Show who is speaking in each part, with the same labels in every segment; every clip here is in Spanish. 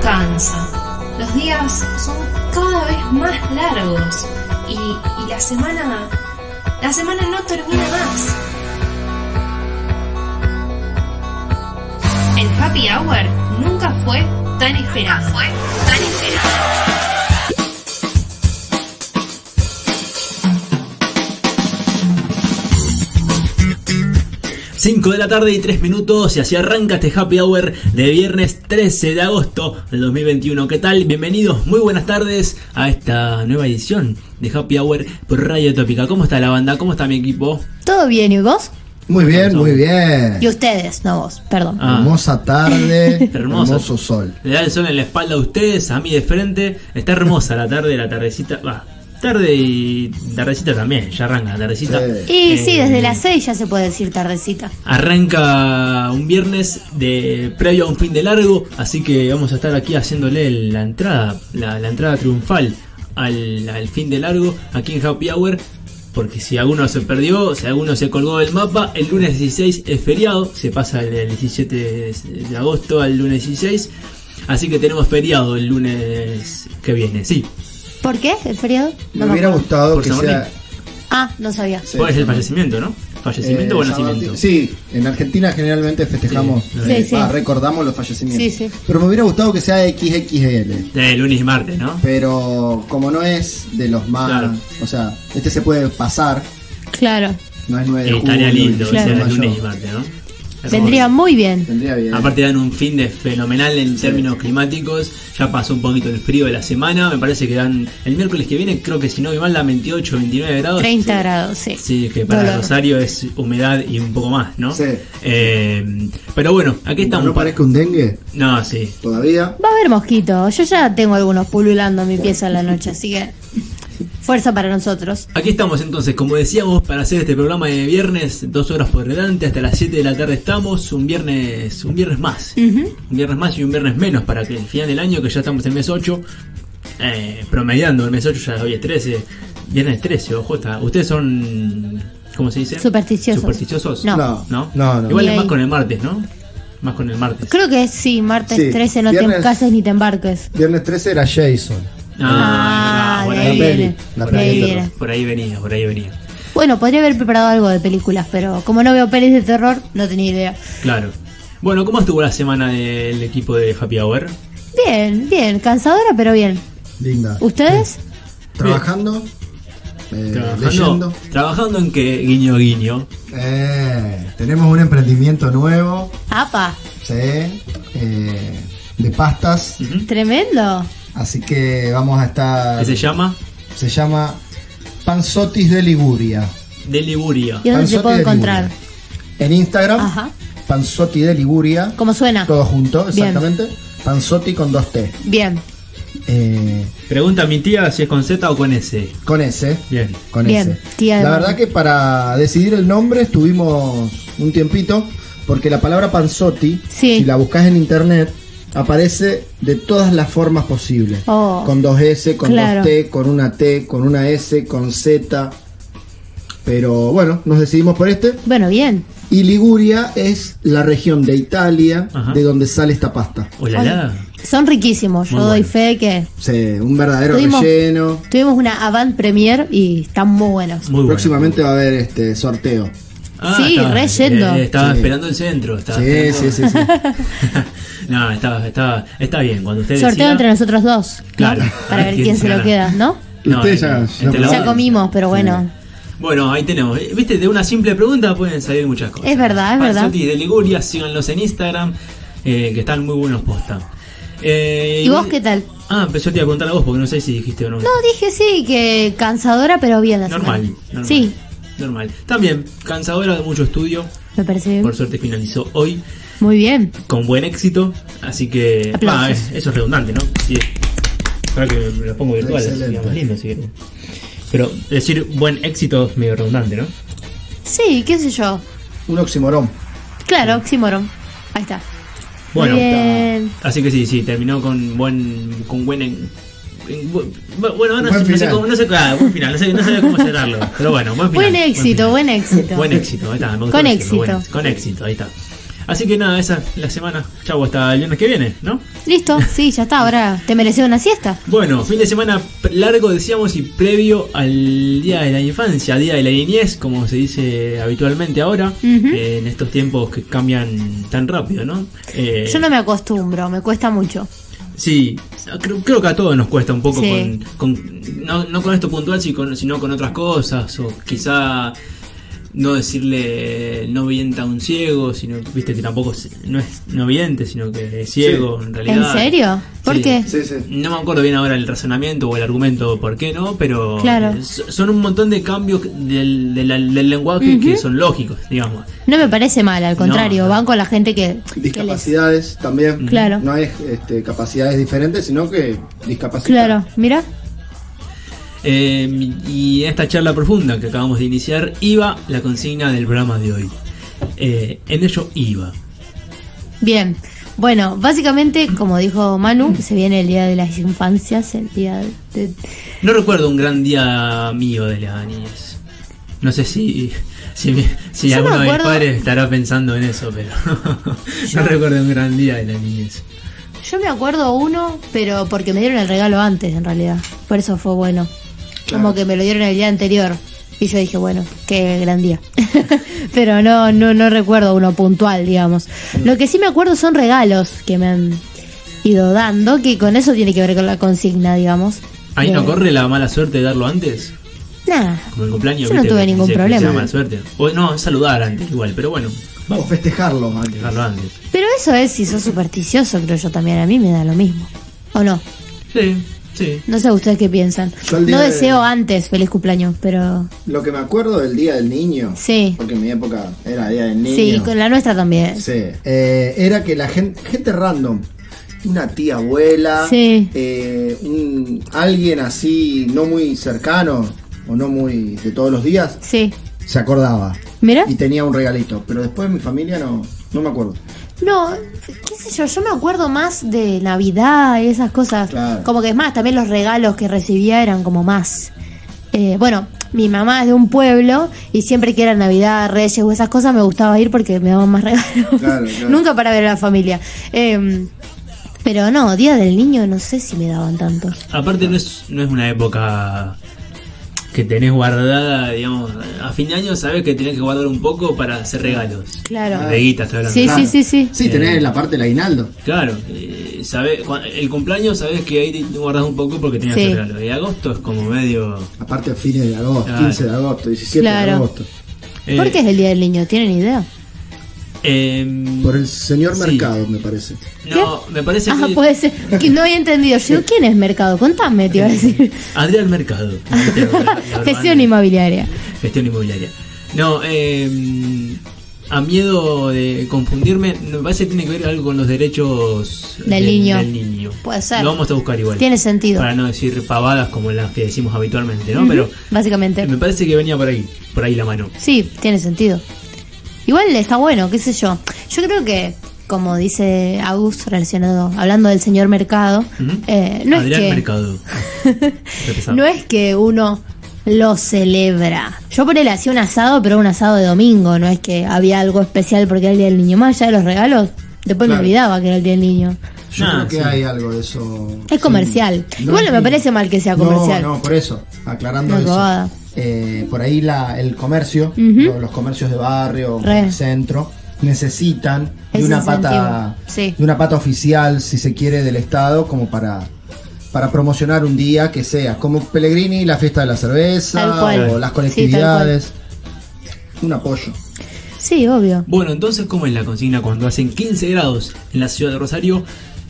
Speaker 1: cansa. Los días son cada vez más largos y, y la semana, la semana no termina más. El happy hour nunca fue tan esperado. fue tan esperado.
Speaker 2: Cinco de la tarde y tres minutos y así arranca este happy hour de viernes 13 de agosto del 2021. ¿Qué tal? Bienvenidos, muy buenas tardes a esta nueva edición de happy hour por Radio Tópica. ¿Cómo está la banda? ¿Cómo está mi equipo?
Speaker 3: ¿Todo bien y vos?
Speaker 4: Muy bien, muy bien.
Speaker 3: Y ustedes, no vos, perdón.
Speaker 2: Ah.
Speaker 4: Hermosa tarde,
Speaker 2: Hermoso.
Speaker 4: hermoso sol.
Speaker 2: Le da el sol en la espalda a ustedes, a mí de frente. Está hermosa la tarde, la tardecita. Va, tarde y tardecita también, ya arranca la tardecita.
Speaker 4: Sí.
Speaker 3: Y
Speaker 2: Eh,
Speaker 3: sí, desde las 6 ya se puede decir tardecita.
Speaker 2: Arranca un viernes de previo a un fin de largo, así que vamos a estar aquí haciéndole la entrada, la, la entrada triunfal al, al fin de largo aquí en Happy Hour. Porque si alguno se perdió, si alguno se colgó del mapa, el lunes 16 es feriado, se pasa del 17 de- de agosto al lunes 16. Así que tenemos feriado el lunes que viene, sí.
Speaker 3: ¿Por qué? ¿El feriado? No
Speaker 4: Me hubiera
Speaker 3: acuerdo.
Speaker 4: gustado
Speaker 2: Por
Speaker 4: que
Speaker 2: San
Speaker 4: sea.
Speaker 2: Martín.
Speaker 3: Ah, no sabía.
Speaker 4: Sí,
Speaker 2: ¿Cuál es el
Speaker 4: San Martín.
Speaker 2: fallecimiento, no? ¿Fallecimiento
Speaker 4: Eh,
Speaker 2: o
Speaker 4: San
Speaker 2: nacimiento?
Speaker 4: Martín. Sí, en Argentina generalmente festejamos,
Speaker 2: Sí,
Speaker 4: eh,
Speaker 3: sí.
Speaker 4: va, recordamos los fallecimientos.
Speaker 3: Sí, sí.
Speaker 4: Pero me hubiera gustado que sea XXL.
Speaker 2: Eh, lunes y martes, ¿no?
Speaker 4: Pero como no es de los más.
Speaker 2: Claro.
Speaker 4: O sea, este se puede pasar,
Speaker 3: Claro.
Speaker 4: no es 9 de
Speaker 2: Eh,
Speaker 4: julio.
Speaker 2: estaría lindo,
Speaker 4: y
Speaker 2: que sea
Speaker 3: Claro.
Speaker 4: mayo.
Speaker 2: lunes y martes, ¿no?
Speaker 3: Vendría muy bien.
Speaker 4: Tendría bien.
Speaker 2: Aparte dan un fin de fenomenal en términos climáticos, ya pasó un poquito el frío de la semana, me parece que dan el miércoles que viene, creo que si no me mal, dan 28, 29 grados.
Speaker 3: 30 grados, sí.
Speaker 2: Sí, que para
Speaker 3: Dolor.
Speaker 2: Rosario es humedad y un poco más, ¿no?
Speaker 4: Sí.
Speaker 2: Eh, pero bueno, aquí
Speaker 4: ¿No,
Speaker 2: estamos.
Speaker 4: no parezca un dengue
Speaker 2: No, sí.
Speaker 4: todavía?
Speaker 3: Va a haber mosquito. Yo ya tengo algunos pululando en mi pieza a la noche, así que fuerza para nosotros.
Speaker 2: Aquí estamos entonces, como decíamos, para hacer este programa de viernes, dos horas por delante, hasta las 7 de la tarde estamos, un viernes, un viernes más.
Speaker 3: Ujú.
Speaker 2: un viernes más y un viernes menos para que el final del año, que ya estamos en mes 8, eh, promediando el mes 8, ya hoy es 13, viernes 13, ojo, está- ustedes son, ¿cómo se dice?
Speaker 3: Supersticiosos.
Speaker 2: Supersticiosos.
Speaker 3: No.
Speaker 4: No.
Speaker 2: ¿No?
Speaker 4: No, no.
Speaker 2: Igual
Speaker 3: Ni
Speaker 2: es más
Speaker 3: ahí.
Speaker 2: con el martes, ¿no? Más con el martes.
Speaker 3: Creo que es, sí, martes
Speaker 4: Sí.
Speaker 3: 13, no
Speaker 4: Viernes-
Speaker 3: te cases ni te embarques.
Speaker 4: Viernes 13 era Jason.
Speaker 2: Ah,
Speaker 3: Ah,
Speaker 2: por
Speaker 3: de
Speaker 2: ahí,
Speaker 3: ahí
Speaker 4: La peli,
Speaker 3: viene.
Speaker 4: la
Speaker 3: De ahí
Speaker 4: peli de
Speaker 3: viene.
Speaker 4: terror.
Speaker 2: por ahí venía, por ahí venía.
Speaker 3: Bueno, podría haber preparado algo de películas, pero como no veo pelis de terror, no tenía idea.
Speaker 2: Claro. Bueno, ¿cómo estuvo la semana del equipo de Happy Hour?
Speaker 3: Bien, bien, cansadora, pero bien.
Speaker 4: Linda.
Speaker 3: ¿Ustedes?
Speaker 4: Trabajando, eh,
Speaker 2: Trabajando,
Speaker 4: leyendo.
Speaker 2: trabajando en que guiño guiño.
Speaker 4: Eh, tenemos un emprendimiento nuevo,
Speaker 3: ¡Apa!
Speaker 4: ¿sí? Eh, de pastas.
Speaker 2: Ujú.
Speaker 3: Tremendo.
Speaker 4: Así que vamos a estar.
Speaker 2: Que se llama
Speaker 4: se llama Panzotis de Liguria.
Speaker 2: De Liguria.
Speaker 3: ¿Y dónde se
Speaker 4: Panzotti
Speaker 3: puede
Speaker 4: de
Speaker 3: encontrar?
Speaker 4: Liguria. En Instagram,
Speaker 3: Ajá.
Speaker 4: Panzotti de Liguria.
Speaker 3: ¿Cómo suena?
Speaker 4: Todo junto,
Speaker 3: Bien.
Speaker 4: exactamente. Panzotti con dos T.
Speaker 3: Bien.
Speaker 4: Eh,
Speaker 2: Pregunta a mi tía si es con Z o con S.
Speaker 4: con S.
Speaker 2: Bien.
Speaker 4: con
Speaker 3: Bien,
Speaker 4: ese.
Speaker 3: tía de
Speaker 4: la
Speaker 3: Marco.
Speaker 4: verdad que para decidir el nombre estuvimos un tiempito, porque la palabra panzotti,
Speaker 3: Sí.
Speaker 4: si la buscas en internet, aparece de todas las formas posibles.
Speaker 3: Oh.
Speaker 4: Con dos S, con
Speaker 3: Claro.
Speaker 4: dos T, con una T, con una S, con Z. Pero bueno, nos decidimos por este.
Speaker 3: Bueno, bien.
Speaker 4: Y Liguria es la región de Italia
Speaker 2: Ajá.
Speaker 4: de donde sale esta pasta.
Speaker 2: Hola,
Speaker 3: Son riquísimos. Yo
Speaker 2: Muy
Speaker 3: doy
Speaker 2: bueno.
Speaker 3: fe de que
Speaker 4: O sea, un verdadero
Speaker 3: Tuvimos-
Speaker 4: relleno.
Speaker 3: tuvimos una avant premier y están muy buenos.
Speaker 2: Muy bueno. Ah,
Speaker 4: Próximamente va a haber este sorteo.
Speaker 3: Sí,
Speaker 2: estaba-
Speaker 3: re yendo.
Speaker 2: eh, estaba
Speaker 4: Sí.
Speaker 2: esperando el centro. Estaba
Speaker 4: Sí, sí,
Speaker 2: esperando-
Speaker 4: sí, sí.
Speaker 2: no, estaba, estaba, está bien. Cuando usted
Speaker 3: Sorteo
Speaker 2: decida-
Speaker 3: entre nosotros dos. ¿no?
Speaker 2: Claro.
Speaker 3: Para ver quién se lo
Speaker 2: gana.
Speaker 3: queda, ¿no?
Speaker 2: No,
Speaker 4: Ustedes ya-
Speaker 2: entre- entre
Speaker 4: ya
Speaker 2: la
Speaker 4: Claro.
Speaker 3: Ya
Speaker 2: banda.
Speaker 3: comimos, pero bueno.
Speaker 2: Bueno, ahí tenemos. Eh, Viste, de una simple pregunta pueden salir muchas cosas.
Speaker 3: Es verdad, es verdad.
Speaker 2: Panzotti de Liguria, síganlos en Instagram, eh, que están muy buenos postas.
Speaker 3: ¿Y vos qué tal?
Speaker 2: Ah, empezó a te iba a contar a vos porque no sé si dijiste o no.
Speaker 3: No, dije sí, que cansadora, pero bien. la
Speaker 2: normal,
Speaker 3: semana.
Speaker 2: normal.
Speaker 3: Sí,
Speaker 2: Normal. También, cansadora de mucho estudio.
Speaker 3: me parece bien.
Speaker 2: Por suerte finalizó hoy.
Speaker 3: Muy bien.
Speaker 2: con buen éxito, así que
Speaker 3: Aplausos.
Speaker 2: va, es- eso es redundante, ¿no? Sí. Ahora que me lo pongo virtual, así
Speaker 4: Excelente.
Speaker 2: que más lindo, si querés. Pero decir buen éxito es medio redundante, ¿no?
Speaker 3: Sí, qué sé yo.
Speaker 4: Un oximorón.
Speaker 3: Claro, oxímoron. Ahí está.
Speaker 2: Bueno,
Speaker 3: Muy bien.
Speaker 2: así que sí, sí, terminó con buen con buen en- en bu- bu- bueno, no,
Speaker 4: Buen
Speaker 2: sé, no sé
Speaker 4: final.
Speaker 2: cómo no sé, ah, buen final, no sé, no sabía cómo cerrarlo, pero bueno, buen final.
Speaker 3: Buen éxito,
Speaker 2: final.
Speaker 3: buen éxito.
Speaker 2: Buen éxito, ahí está, me gustó
Speaker 3: Con
Speaker 2: decirlo,
Speaker 3: éxito.
Speaker 2: buen- con éxito, ahí está. Así que nada, esa es la semana. Chau, hasta el viernes que viene, ¿no?
Speaker 3: Listo, sí, ya está. Ahora te mereció una siesta.
Speaker 2: Bueno, fin de semana pre- largo, decíamos, y previo al Día de la Infancia, Día de la Niñez, como se dice habitualmente ahora,
Speaker 3: Ujú.
Speaker 2: eh, en estos tiempos que cambian tan rápido, ¿no? Eh,
Speaker 3: Yo no me acostumbro, me cuesta mucho.
Speaker 2: Sí, creo, creo que a todos nos cuesta un poco
Speaker 3: Sí.
Speaker 2: con, con- no, no con esto puntual, si con- sino con otras cosas, o quizá no decirle no vienta a un ciego, sino viste que tampoco es- no es no vidente, sino que es ciego en realidad.
Speaker 3: ¿En serio? ¿Por
Speaker 2: Sí.
Speaker 3: qué?
Speaker 4: Sí, sí.
Speaker 2: No me acuerdo bien ahora el razonamiento o el argumento por qué no, pero
Speaker 3: Claro.
Speaker 2: s- son un montón de cambios del, del- del lenguaje que son lógicos, digamos.
Speaker 3: No me parece mal, al contrario,
Speaker 2: no.
Speaker 3: van con la gente que... que les-
Speaker 4: Discapacidades también.
Speaker 3: Claro.
Speaker 4: No hay este, capacidades diferentes, sino que discapacidades.
Speaker 3: Claro, mira.
Speaker 2: Eh, y en esta charla profunda que acabamos de iniciar iba la consigna del programa de hoy. Eh, en ello iba.
Speaker 3: Bien. Bueno, básicamente, como dijo Manu, se viene el Día de las Infancias, el Día de...
Speaker 2: No recuerdo un gran día mío de la niñez. No sé si, si, mi- si
Speaker 3: Yo me
Speaker 2: alguno de mis
Speaker 3: acuerdo-
Speaker 2: padres estará pensando en eso, pero no recuerdo un gran día de la niñez.
Speaker 3: Yo me acuerdo uno, pero porque me dieron el regalo antes, en realidad. Por eso fue bueno. Como que me lo dieron el día anterior. Y yo dije, bueno, qué gran día. pero no, no, no recuerdo uno puntual, digamos. Lo que sí me acuerdo son regalos que me han ido dando, que con eso tiene que ver con la consigna, digamos.
Speaker 2: Ahí no
Speaker 3: Eh,
Speaker 2: corre la mala suerte de darlo antes,
Speaker 3: Nada.
Speaker 2: como el cumpleaños.
Speaker 3: Yo no
Speaker 2: ¿viste?
Speaker 3: tuve
Speaker 2: Que
Speaker 3: ningún
Speaker 2: se- que se
Speaker 3: problema.
Speaker 2: llama mala suerte. O no, saludar antes igual, pero bueno,
Speaker 4: O festejarlo antes.
Speaker 2: darlo antes.
Speaker 3: Pero eso es si sos supersticioso, creo yo también. A mí me da lo mismo. ¿O no?
Speaker 2: Sí, sí.
Speaker 3: No sé ustedes qué piensan.
Speaker 4: Yo el día
Speaker 3: No
Speaker 4: de-
Speaker 3: deseo antes feliz cumpleaños, pero
Speaker 4: Lo que me acuerdo del día del niño.
Speaker 3: Sí.
Speaker 4: Porque en mi época era día del niño.
Speaker 3: sí, y con la nuestra también.
Speaker 4: Sí. Eh, era que la gente, gente random, una tía abuela,
Speaker 3: Sí.
Speaker 4: eh, un- alguien así no muy cercano o no muy de todos los días,
Speaker 3: Sí.
Speaker 4: se acordaba
Speaker 3: Mira.
Speaker 4: y tenía un regalito. Pero después mi familia no, no me acuerdo.
Speaker 3: No, qué sé yo, yo me acuerdo más de Navidad y esas cosas.
Speaker 4: Claro.
Speaker 3: Como que es más, también los regalos que recibía eran como más. eh, bueno, mi mamá es de un pueblo y siempre que era Navidad, Reyes o esas cosas me gustaba ir porque me daban más regalos.
Speaker 4: Claro, claro.
Speaker 3: Nunca para ver a la familia. Eh, pero no, Día del Niño no sé si me daban tanto.
Speaker 2: Aparte no es, no es una época que tenés guardada, digamos, a fin de año sabes que tenés que guardar un poco para hacer regalos.
Speaker 3: Claro.
Speaker 4: Ah.
Speaker 2: De guita, estoy hablando. Ah,
Speaker 3: Sí, sí, sí, sí.
Speaker 4: Sí, tenés la parte del aguinaldo.
Speaker 2: Claro, eh, sabe- cua- el cumpleaños sabes que ahí te guardás un poco porque tenías que
Speaker 3: Sí.
Speaker 2: hacer regalos. Y agosto es como medio...
Speaker 4: Aparte fines de agosto,
Speaker 2: Claro.
Speaker 4: 15 de agosto, 17 de
Speaker 3: Claro.
Speaker 4: agosto.
Speaker 2: eh,
Speaker 3: ¿Por qué es el Día del Niño? ¿Tienen idea?
Speaker 2: em,
Speaker 4: Por el señor
Speaker 2: Sí.
Speaker 4: Mercado, me parece.
Speaker 2: No, me parece
Speaker 3: Ah,
Speaker 2: que...
Speaker 3: puede ser. Que no había entendido. Yo digo, ¿quién es Mercado? Contame, te iba a decir.
Speaker 2: Adrián Mercado.
Speaker 3: Gestión inmobiliaria.
Speaker 2: Gestión inmobiliaria. No, eh, a miedo de confundirme, me parece que tiene que ver algo con los derechos
Speaker 3: Del niño.
Speaker 2: del niño.
Speaker 3: Puede ser.
Speaker 2: Lo vamos a buscar igual.
Speaker 3: Tiene sentido.
Speaker 2: Para no decir pavadas como las que decimos habitualmente, ¿no?
Speaker 3: Ujú,
Speaker 2: Pero
Speaker 3: Básicamente.
Speaker 2: me parece que venía por ahí, por ahí la mano.
Speaker 3: Sí, tiene sentido. Igual está bueno, qué sé yo. Yo creo que, como dice Agus, relacionado, hablando del señor Mercado,
Speaker 2: Ujú.
Speaker 3: eh, no, es
Speaker 2: Adrián
Speaker 3: que,
Speaker 2: Mercado. Empezamos.
Speaker 3: no es que uno lo celebra. Yo por él hacía un asado, pero un asado de domingo. No es que había algo especial porque era el día del niño. Más allá de los regalos, después
Speaker 4: Claro.
Speaker 3: me olvidaba que era el día del niño.
Speaker 4: Yo
Speaker 2: Ah,
Speaker 4: creo que
Speaker 2: sí.
Speaker 4: hay algo de eso.
Speaker 3: Es comercial.
Speaker 4: No,
Speaker 3: Igual no me
Speaker 4: sí.
Speaker 3: parece mal que sea comercial.
Speaker 4: No, no, por eso, aclarando
Speaker 3: Una
Speaker 4: eso.
Speaker 3: cobada.
Speaker 4: Eh, por ahí la, el comercio,
Speaker 3: Ujú.
Speaker 4: lo- los comercios de barrio,
Speaker 3: Re.
Speaker 4: centro, necesitan de
Speaker 3: Ese
Speaker 4: una
Speaker 3: incentivo,
Speaker 4: pata,
Speaker 3: sí.
Speaker 4: de una pata oficial, si se quiere, del Estado, como para para promocionar un día que sea, como Pellegrini, la fiesta de la
Speaker 3: Tal
Speaker 4: cerveza
Speaker 3: cual.
Speaker 4: o las
Speaker 3: Sí,
Speaker 4: colectividades. un apoyo.
Speaker 3: Sí, obvio.
Speaker 2: Bueno, entonces, ¿cómo es la consigna cuando hacen 15 grados en la ciudad de Rosario?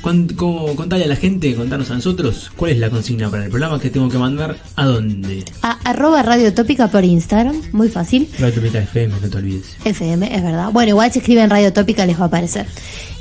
Speaker 2: Cuán- cómo- Contale a la gente, contanos a nosotros, ¿cuál es la consigna para el programa que tengo que mandar? ¿A dónde?
Speaker 3: A arroba Radio Tópica por Instagram, muy fácil.
Speaker 2: Radio Topita FM, no te olvides.
Speaker 3: FM, es verdad. Bueno, igual si escriben Radio Tópica les va a aparecer.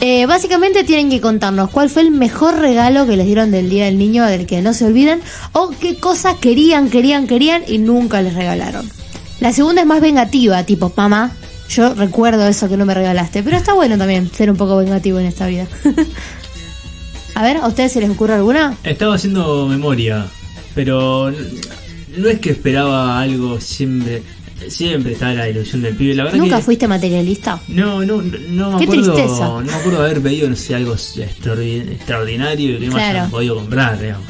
Speaker 3: Eh, básicamente tienen que contarnos cuál fue el mejor regalo que les dieron del Día del Niño, del que no se olvidan, o qué cosa querían, querían, querían y nunca les regalaron. La segunda es más vengativa, tipo, mamá, yo recuerdo eso que no me regalaste, pero está bueno también ser un poco vengativo en esta vida. a ver, ¿a ustedes se les ocurre alguna?
Speaker 2: Estaba haciendo memoria, pero n- no es que esperaba algo siempre. siempre está la ilusión del pibe. La verdad
Speaker 3: ¿Nunca
Speaker 2: que-
Speaker 3: fuiste materialista?
Speaker 2: No, no, no me
Speaker 3: Qué
Speaker 2: acuerdo.
Speaker 3: tristeza.
Speaker 2: No me acuerdo de haber pedido, no sé, algo extraordi- extraordinario que me
Speaker 3: Claro.
Speaker 2: hayan podido comprar, digamos.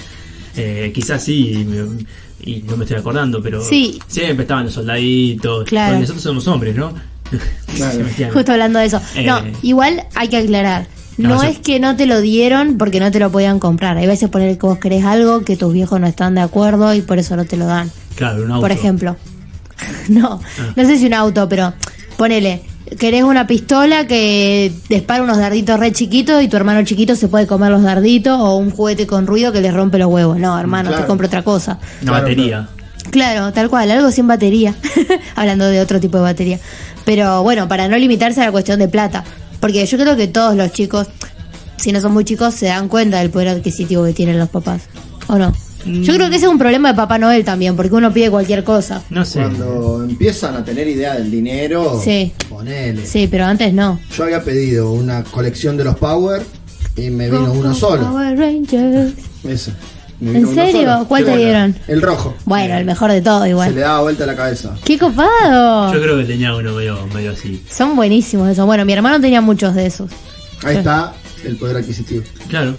Speaker 2: Eh, quizás sí, y me- y no me estoy acordando, pero
Speaker 3: Sí.
Speaker 2: siempre estaban los soldaditos.
Speaker 3: Claro.
Speaker 2: Porque nosotros somos hombres, ¿no? Se me quedan-
Speaker 3: Justo hablando de eso. No,
Speaker 2: Eh.
Speaker 3: igual hay que aclarar.
Speaker 2: No,
Speaker 3: No,
Speaker 2: yo-
Speaker 3: es que no te lo dieron porque no te lo podían comprar. Hay veces por el que vos querés algo que tus viejos no están de acuerdo y por eso no te lo dan.
Speaker 2: Claro, un auto. Ah.
Speaker 3: Por ejemplo. No, no sé si un auto, pero ponele. Querés una pistola que dispara unos darditos re chiquitos y tu hermano chiquito se puede comer los darditos o un juguete con ruido que le rompe los huevos. No, hermano,
Speaker 4: Claro.
Speaker 3: te compro otra cosa.
Speaker 2: Una
Speaker 4: Claro,
Speaker 2: batería.
Speaker 3: Claro, tal cual, algo sin batería. Hablando de otro tipo de batería. Pero bueno, para no limitarse a la cuestión de plata. Porque yo creo que todos los chicos, si no son muy chicos, se dan cuenta del poder adquisitivo que tienen los papás. ¿O no? Yo creo que ese es un problema de Papá Noel también, porque uno pide cualquier cosa.
Speaker 2: No sé.
Speaker 5: Cuando empiezan a tener idea del dinero,
Speaker 3: Sí.
Speaker 5: ponele.
Speaker 3: Sí, pero antes no.
Speaker 5: Yo había pedido una colección de los Power y me vino uno solo.
Speaker 3: Power Rangers.
Speaker 5: Eso. Me
Speaker 3: ¿En
Speaker 5: vino uno
Speaker 3: serio?
Speaker 5: solo.
Speaker 3: ¿Cuál
Speaker 5: Qué
Speaker 3: te
Speaker 5: bueno.
Speaker 3: dieron?
Speaker 5: El rojo.
Speaker 3: Bueno, el mejor de todo
Speaker 5: Se
Speaker 3: igual.
Speaker 5: le daba vuelta la cabeza.
Speaker 3: ¡Qué copado!
Speaker 2: Yo creo que tenía uno medio, medio así.
Speaker 3: Son buenísimos esos. Bueno, mi hermano tenía muchos de esos.
Speaker 5: Ahí está el poder adquisitivo.
Speaker 2: Claro.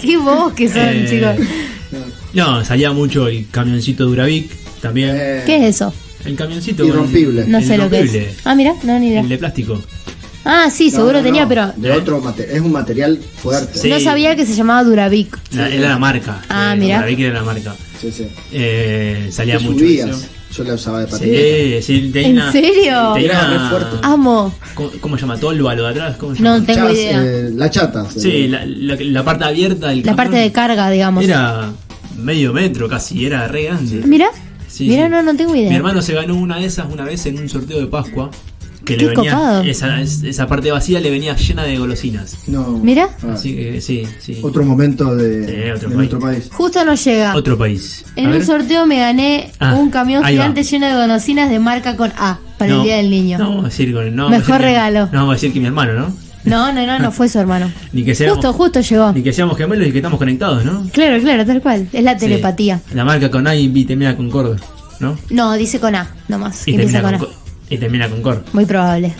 Speaker 3: ¡Qué vos que son,
Speaker 2: Eh,
Speaker 3: chicos!
Speaker 2: No, salía mucho el camioncito Duravic también.
Speaker 5: Eh,
Speaker 3: ¿Qué es eso?
Speaker 2: el camioncito.
Speaker 5: irrompible.
Speaker 2: el-
Speaker 3: No
Speaker 2: el
Speaker 3: sé lo que
Speaker 2: irrompible,
Speaker 3: es. Ah, mira, no, ni idea.
Speaker 2: El de plástico.
Speaker 3: Ah, sí,
Speaker 5: No,
Speaker 3: seguro
Speaker 5: no,
Speaker 3: tenía,
Speaker 5: no,
Speaker 3: pero
Speaker 5: De otro material. Es un material fuerte.
Speaker 2: Sí.
Speaker 3: no sabía que se llamaba Duravic.
Speaker 2: La- era la marca.
Speaker 3: Ah,
Speaker 2: Eh,
Speaker 3: mirá.
Speaker 2: Duravic era la marca.
Speaker 5: Sí, sí.
Speaker 2: Eh, salía
Speaker 5: Te
Speaker 2: mucho.
Speaker 5: subías.
Speaker 2: eso.
Speaker 5: Yo la usaba de patineta.
Speaker 2: Sí, sí, tenía
Speaker 3: ¿En
Speaker 2: una-
Speaker 3: serio?
Speaker 2: tenía
Speaker 5: Era re
Speaker 2: una-
Speaker 5: fuerte.
Speaker 3: Amo.
Speaker 2: ¿Cómo, cómo se llama? ¿Tolva lo de atrás? ¿Cómo se
Speaker 3: No
Speaker 2: llama?
Speaker 3: tengo
Speaker 5: Chas-
Speaker 3: idea.
Speaker 5: eh, la chata. se
Speaker 2: Sí,
Speaker 5: le-
Speaker 2: la, la- la parte abierta del
Speaker 3: La
Speaker 2: camión
Speaker 3: parte de carga, digamos.
Speaker 2: Era medio metro casi, era re grande.
Speaker 3: Mira,
Speaker 2: Sí,
Speaker 3: mira,
Speaker 2: sí.
Speaker 3: no, no tengo idea.
Speaker 2: Mi hermano se ganó una de esas una vez en un sorteo de Pascua. Que le
Speaker 3: Qué
Speaker 2: venía.
Speaker 3: copado.
Speaker 2: Esa, es- esa parte vacía le venía llena de golosinas.
Speaker 4: No.
Speaker 3: Mira,
Speaker 4: Ah.
Speaker 2: Así que sí, sí.
Speaker 4: Otro momento de,
Speaker 2: Sí, otro
Speaker 4: de
Speaker 2: país.
Speaker 4: nuestro país.
Speaker 3: justo no llega.
Speaker 2: Otro país. A
Speaker 3: Ah. En un
Speaker 2: ver.
Speaker 3: sorteo me gané
Speaker 2: Ah,
Speaker 3: un camión
Speaker 2: ahí va.
Speaker 3: gigante lleno de golosinas de marca con A para
Speaker 2: No,
Speaker 3: el Día del Niño.
Speaker 2: No,
Speaker 3: No,
Speaker 2: vamos a decir con- no,
Speaker 3: Mejor
Speaker 2: vamos a decir que-
Speaker 3: regalo.
Speaker 2: no vamos a decir que mi hermano, ¿no?
Speaker 3: no, no, no, fue su hermano.
Speaker 2: Ni que seamos,
Speaker 3: Justo, justo llegó.
Speaker 2: ni que seamos gemelos y que estamos conectados, ¿no?
Speaker 3: Claro, claro, tal cual. Es la
Speaker 2: Sí.
Speaker 3: telepatía.
Speaker 2: La marca con A y termina con Cor, ¿no?
Speaker 3: No, dice con A, nomás.
Speaker 2: Y
Speaker 3: Empieza
Speaker 2: termina
Speaker 3: con
Speaker 2: con,
Speaker 3: A.
Speaker 2: Cor- y termina con Cor.
Speaker 3: Muy probable.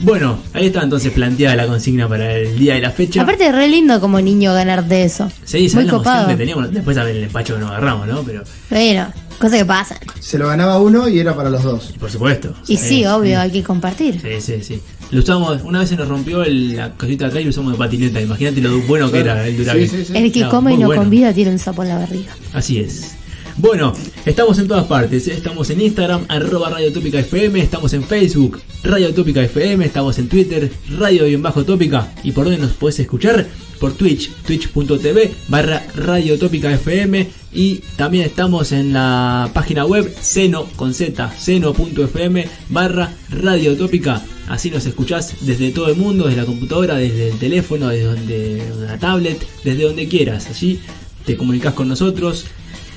Speaker 2: Bueno, ahí está entonces planteada la consigna para el día de la fecha.
Speaker 3: Aparte, re lindo como niño ganarte eso.
Speaker 2: Sí, ¿sabés
Speaker 3: Muy
Speaker 2: la emoción
Speaker 3: copado.
Speaker 2: que teníamos? Después también el despacho que nos agarramos, ¿no? Pero,
Speaker 3: Bueno, cosas que pasan.
Speaker 4: Se lo ganaba uno y era para los dos.
Speaker 2: por supuesto.
Speaker 3: Y sí, obvio, hay que compartir.
Speaker 2: Sí, sí, sí. Lo usamos, una vez se nos rompió el- la cosita de atrás y lo usamos de patineta. Imagínate lo bueno que era el Durabilis.
Speaker 4: Sí, sí, sí.
Speaker 3: El que
Speaker 2: No,
Speaker 3: come y
Speaker 2: muy
Speaker 3: no
Speaker 2: bueno.
Speaker 3: convida tiene un sapo en la barriga.
Speaker 2: Así es. Bueno, estamos en todas partes. ¿eh? Estamos en Instagram, arroba Radio Tópica FM. Estamos en Facebook, Radio Tópica FM. Estamos en Twitter, Radio y en Bajo Tópica. ¿Y por dónde nos podés escuchar? Por Twitch, twitch.tv barra Radio Tópica FM. Y también estamos en la página web seno con z, seno.fm barra Radio Tópica. Así nos escuchás desde todo el mundo, desde la computadora, desde el teléfono, desde donde, la tablet, desde donde quieras. Allí te comunicas con nosotros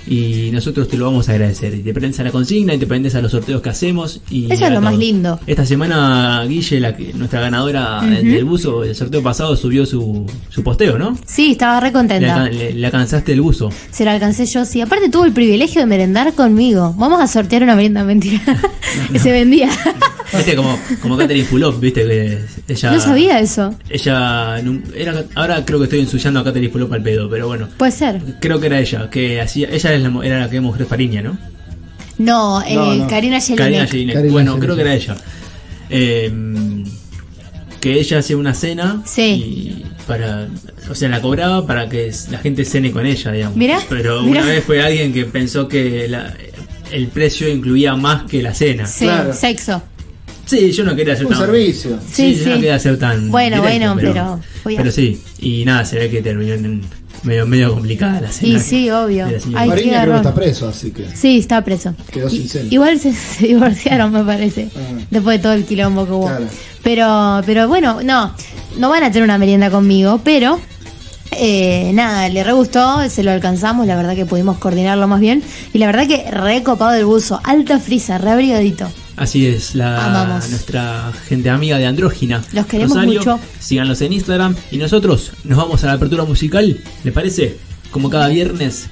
Speaker 2: y nosotros te lo vamos a agradecer. Y te prendes a la consigna y te prendes a los sorteos que hacemos. Y
Speaker 3: Eso es
Speaker 2: a
Speaker 3: lo más
Speaker 2: todo.
Speaker 3: lindo.
Speaker 2: Esta semana, Guille, la que- nuestra ganadora del buzo, el sorteo pasado, subió su, su posteo, ¿no?
Speaker 3: Sí, estaba re
Speaker 2: Le,
Speaker 3: contenta.
Speaker 2: alca- le- le alcanzaste el buzo.
Speaker 3: Se la alcancé yo, sí. Aparte tuvo el privilegio de merendar conmigo. Vamos a sortear una merienda mentira. que se vendía.
Speaker 2: Viste, como, como Catherine Fulop, viste, que ella.
Speaker 3: no sabía eso.
Speaker 2: Ella. nun- Era, ahora creo que estoy ensuciando a Catherine Fulop al pedo, pero bueno.
Speaker 3: Puede ser.
Speaker 2: Creo que era ella, que hacía. Ella es la mu- era la que mujer fariña, ¿no?
Speaker 3: No, eh,
Speaker 4: No, no.
Speaker 3: Karina Jelinek.
Speaker 2: Karina Jelinek.
Speaker 4: Karina
Speaker 2: Bueno,
Speaker 4: Jelinek.
Speaker 2: creo que era ella. Eh, que ella hacía una cena
Speaker 3: Sí.
Speaker 2: y para o sea la cobraba para que s- la gente cene con ella digamos
Speaker 3: Mirá,
Speaker 2: pero
Speaker 3: mirá.
Speaker 2: una vez fue alguien que pensó que la- el precio incluía más que la cena
Speaker 3: Sí,
Speaker 4: Claro.
Speaker 3: sexo.
Speaker 2: sí yo no quería hacer
Speaker 4: Un
Speaker 2: tan
Speaker 4: servicio.
Speaker 2: sí,
Speaker 3: Sí,
Speaker 2: yo no
Speaker 3: sí.
Speaker 2: quería ser tan
Speaker 3: Bueno, bueno, pero voy a-
Speaker 2: pero sí y nada se ve que terminó en medio medio complicada la cena
Speaker 3: Y sí, obvio.
Speaker 2: de la señora.
Speaker 3: Ay, qué
Speaker 5: Mariña creo que
Speaker 3: garrón.
Speaker 5: está preso, así que.
Speaker 3: Sí, estaba preso.
Speaker 5: Quedó sin
Speaker 3: I-
Speaker 5: cena.
Speaker 3: Igual se, se divorciaron, me parece. Después de todo el quilombo que hubo.
Speaker 5: Claro.
Speaker 3: Pero, pero bueno, no. No van a tener una merienda conmigo, pero. eh, nada, le re gustó, se lo alcanzamos, la verdad que pudimos coordinarlo más bien. Y la verdad que re copado el buzo, alta frisa, re abrigadito.
Speaker 2: Así es, la
Speaker 3: Amamos.
Speaker 2: nuestra gente amiga de Andrógina.
Speaker 3: Los queremos
Speaker 2: Rosario,
Speaker 3: mucho.
Speaker 2: Síganlos en Instagram y nosotros nos vamos a la apertura musical, ¿les parece? Como cada viernes